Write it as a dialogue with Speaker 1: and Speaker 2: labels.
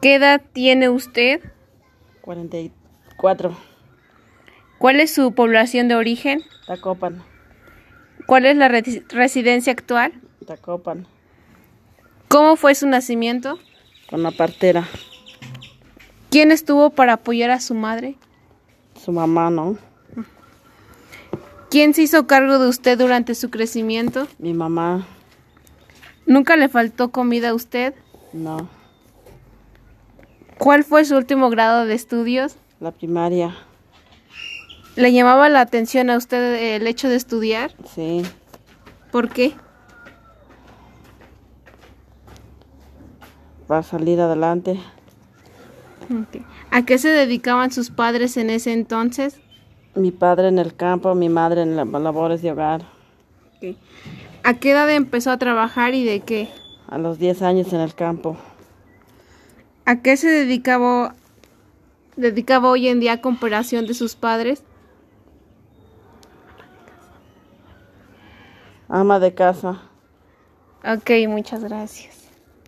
Speaker 1: ¿Qué edad tiene usted?
Speaker 2: 44.
Speaker 1: ¿Cuál es su población de origen?
Speaker 2: Tacopan.
Speaker 1: ¿Cuál es la re- residencia actual?
Speaker 2: Tacopan.
Speaker 1: ¿Cómo fue su nacimiento?
Speaker 2: Con la partera.
Speaker 1: ¿Quién estuvo para apoyar a su madre?
Speaker 2: Su mamá, ¿no?
Speaker 1: ¿Quién se hizo cargo de usted durante su crecimiento?
Speaker 2: Mi mamá.
Speaker 1: ¿Nunca le faltó comida a usted?
Speaker 2: No.
Speaker 1: ¿Cuál fue su último grado de estudios?
Speaker 2: La primaria.
Speaker 1: ¿Le llamaba la atención a usted eh, el hecho de estudiar?
Speaker 2: Sí.
Speaker 1: ¿Por qué?
Speaker 2: Para salir adelante.
Speaker 1: Ok. ¿A qué se dedicaban sus padres en ese entonces?
Speaker 2: Mi padre en el campo, mi madre en la- labores de hogar.
Speaker 1: Ok. ¿A qué edad empezó a trabajar y de qué?
Speaker 2: A los 10 años en el campo.
Speaker 1: ¿A qué se dedicaba, dedicaba hoy en día a comparación de sus padres?
Speaker 2: Ama de casa.
Speaker 1: Ok, muchas gracias.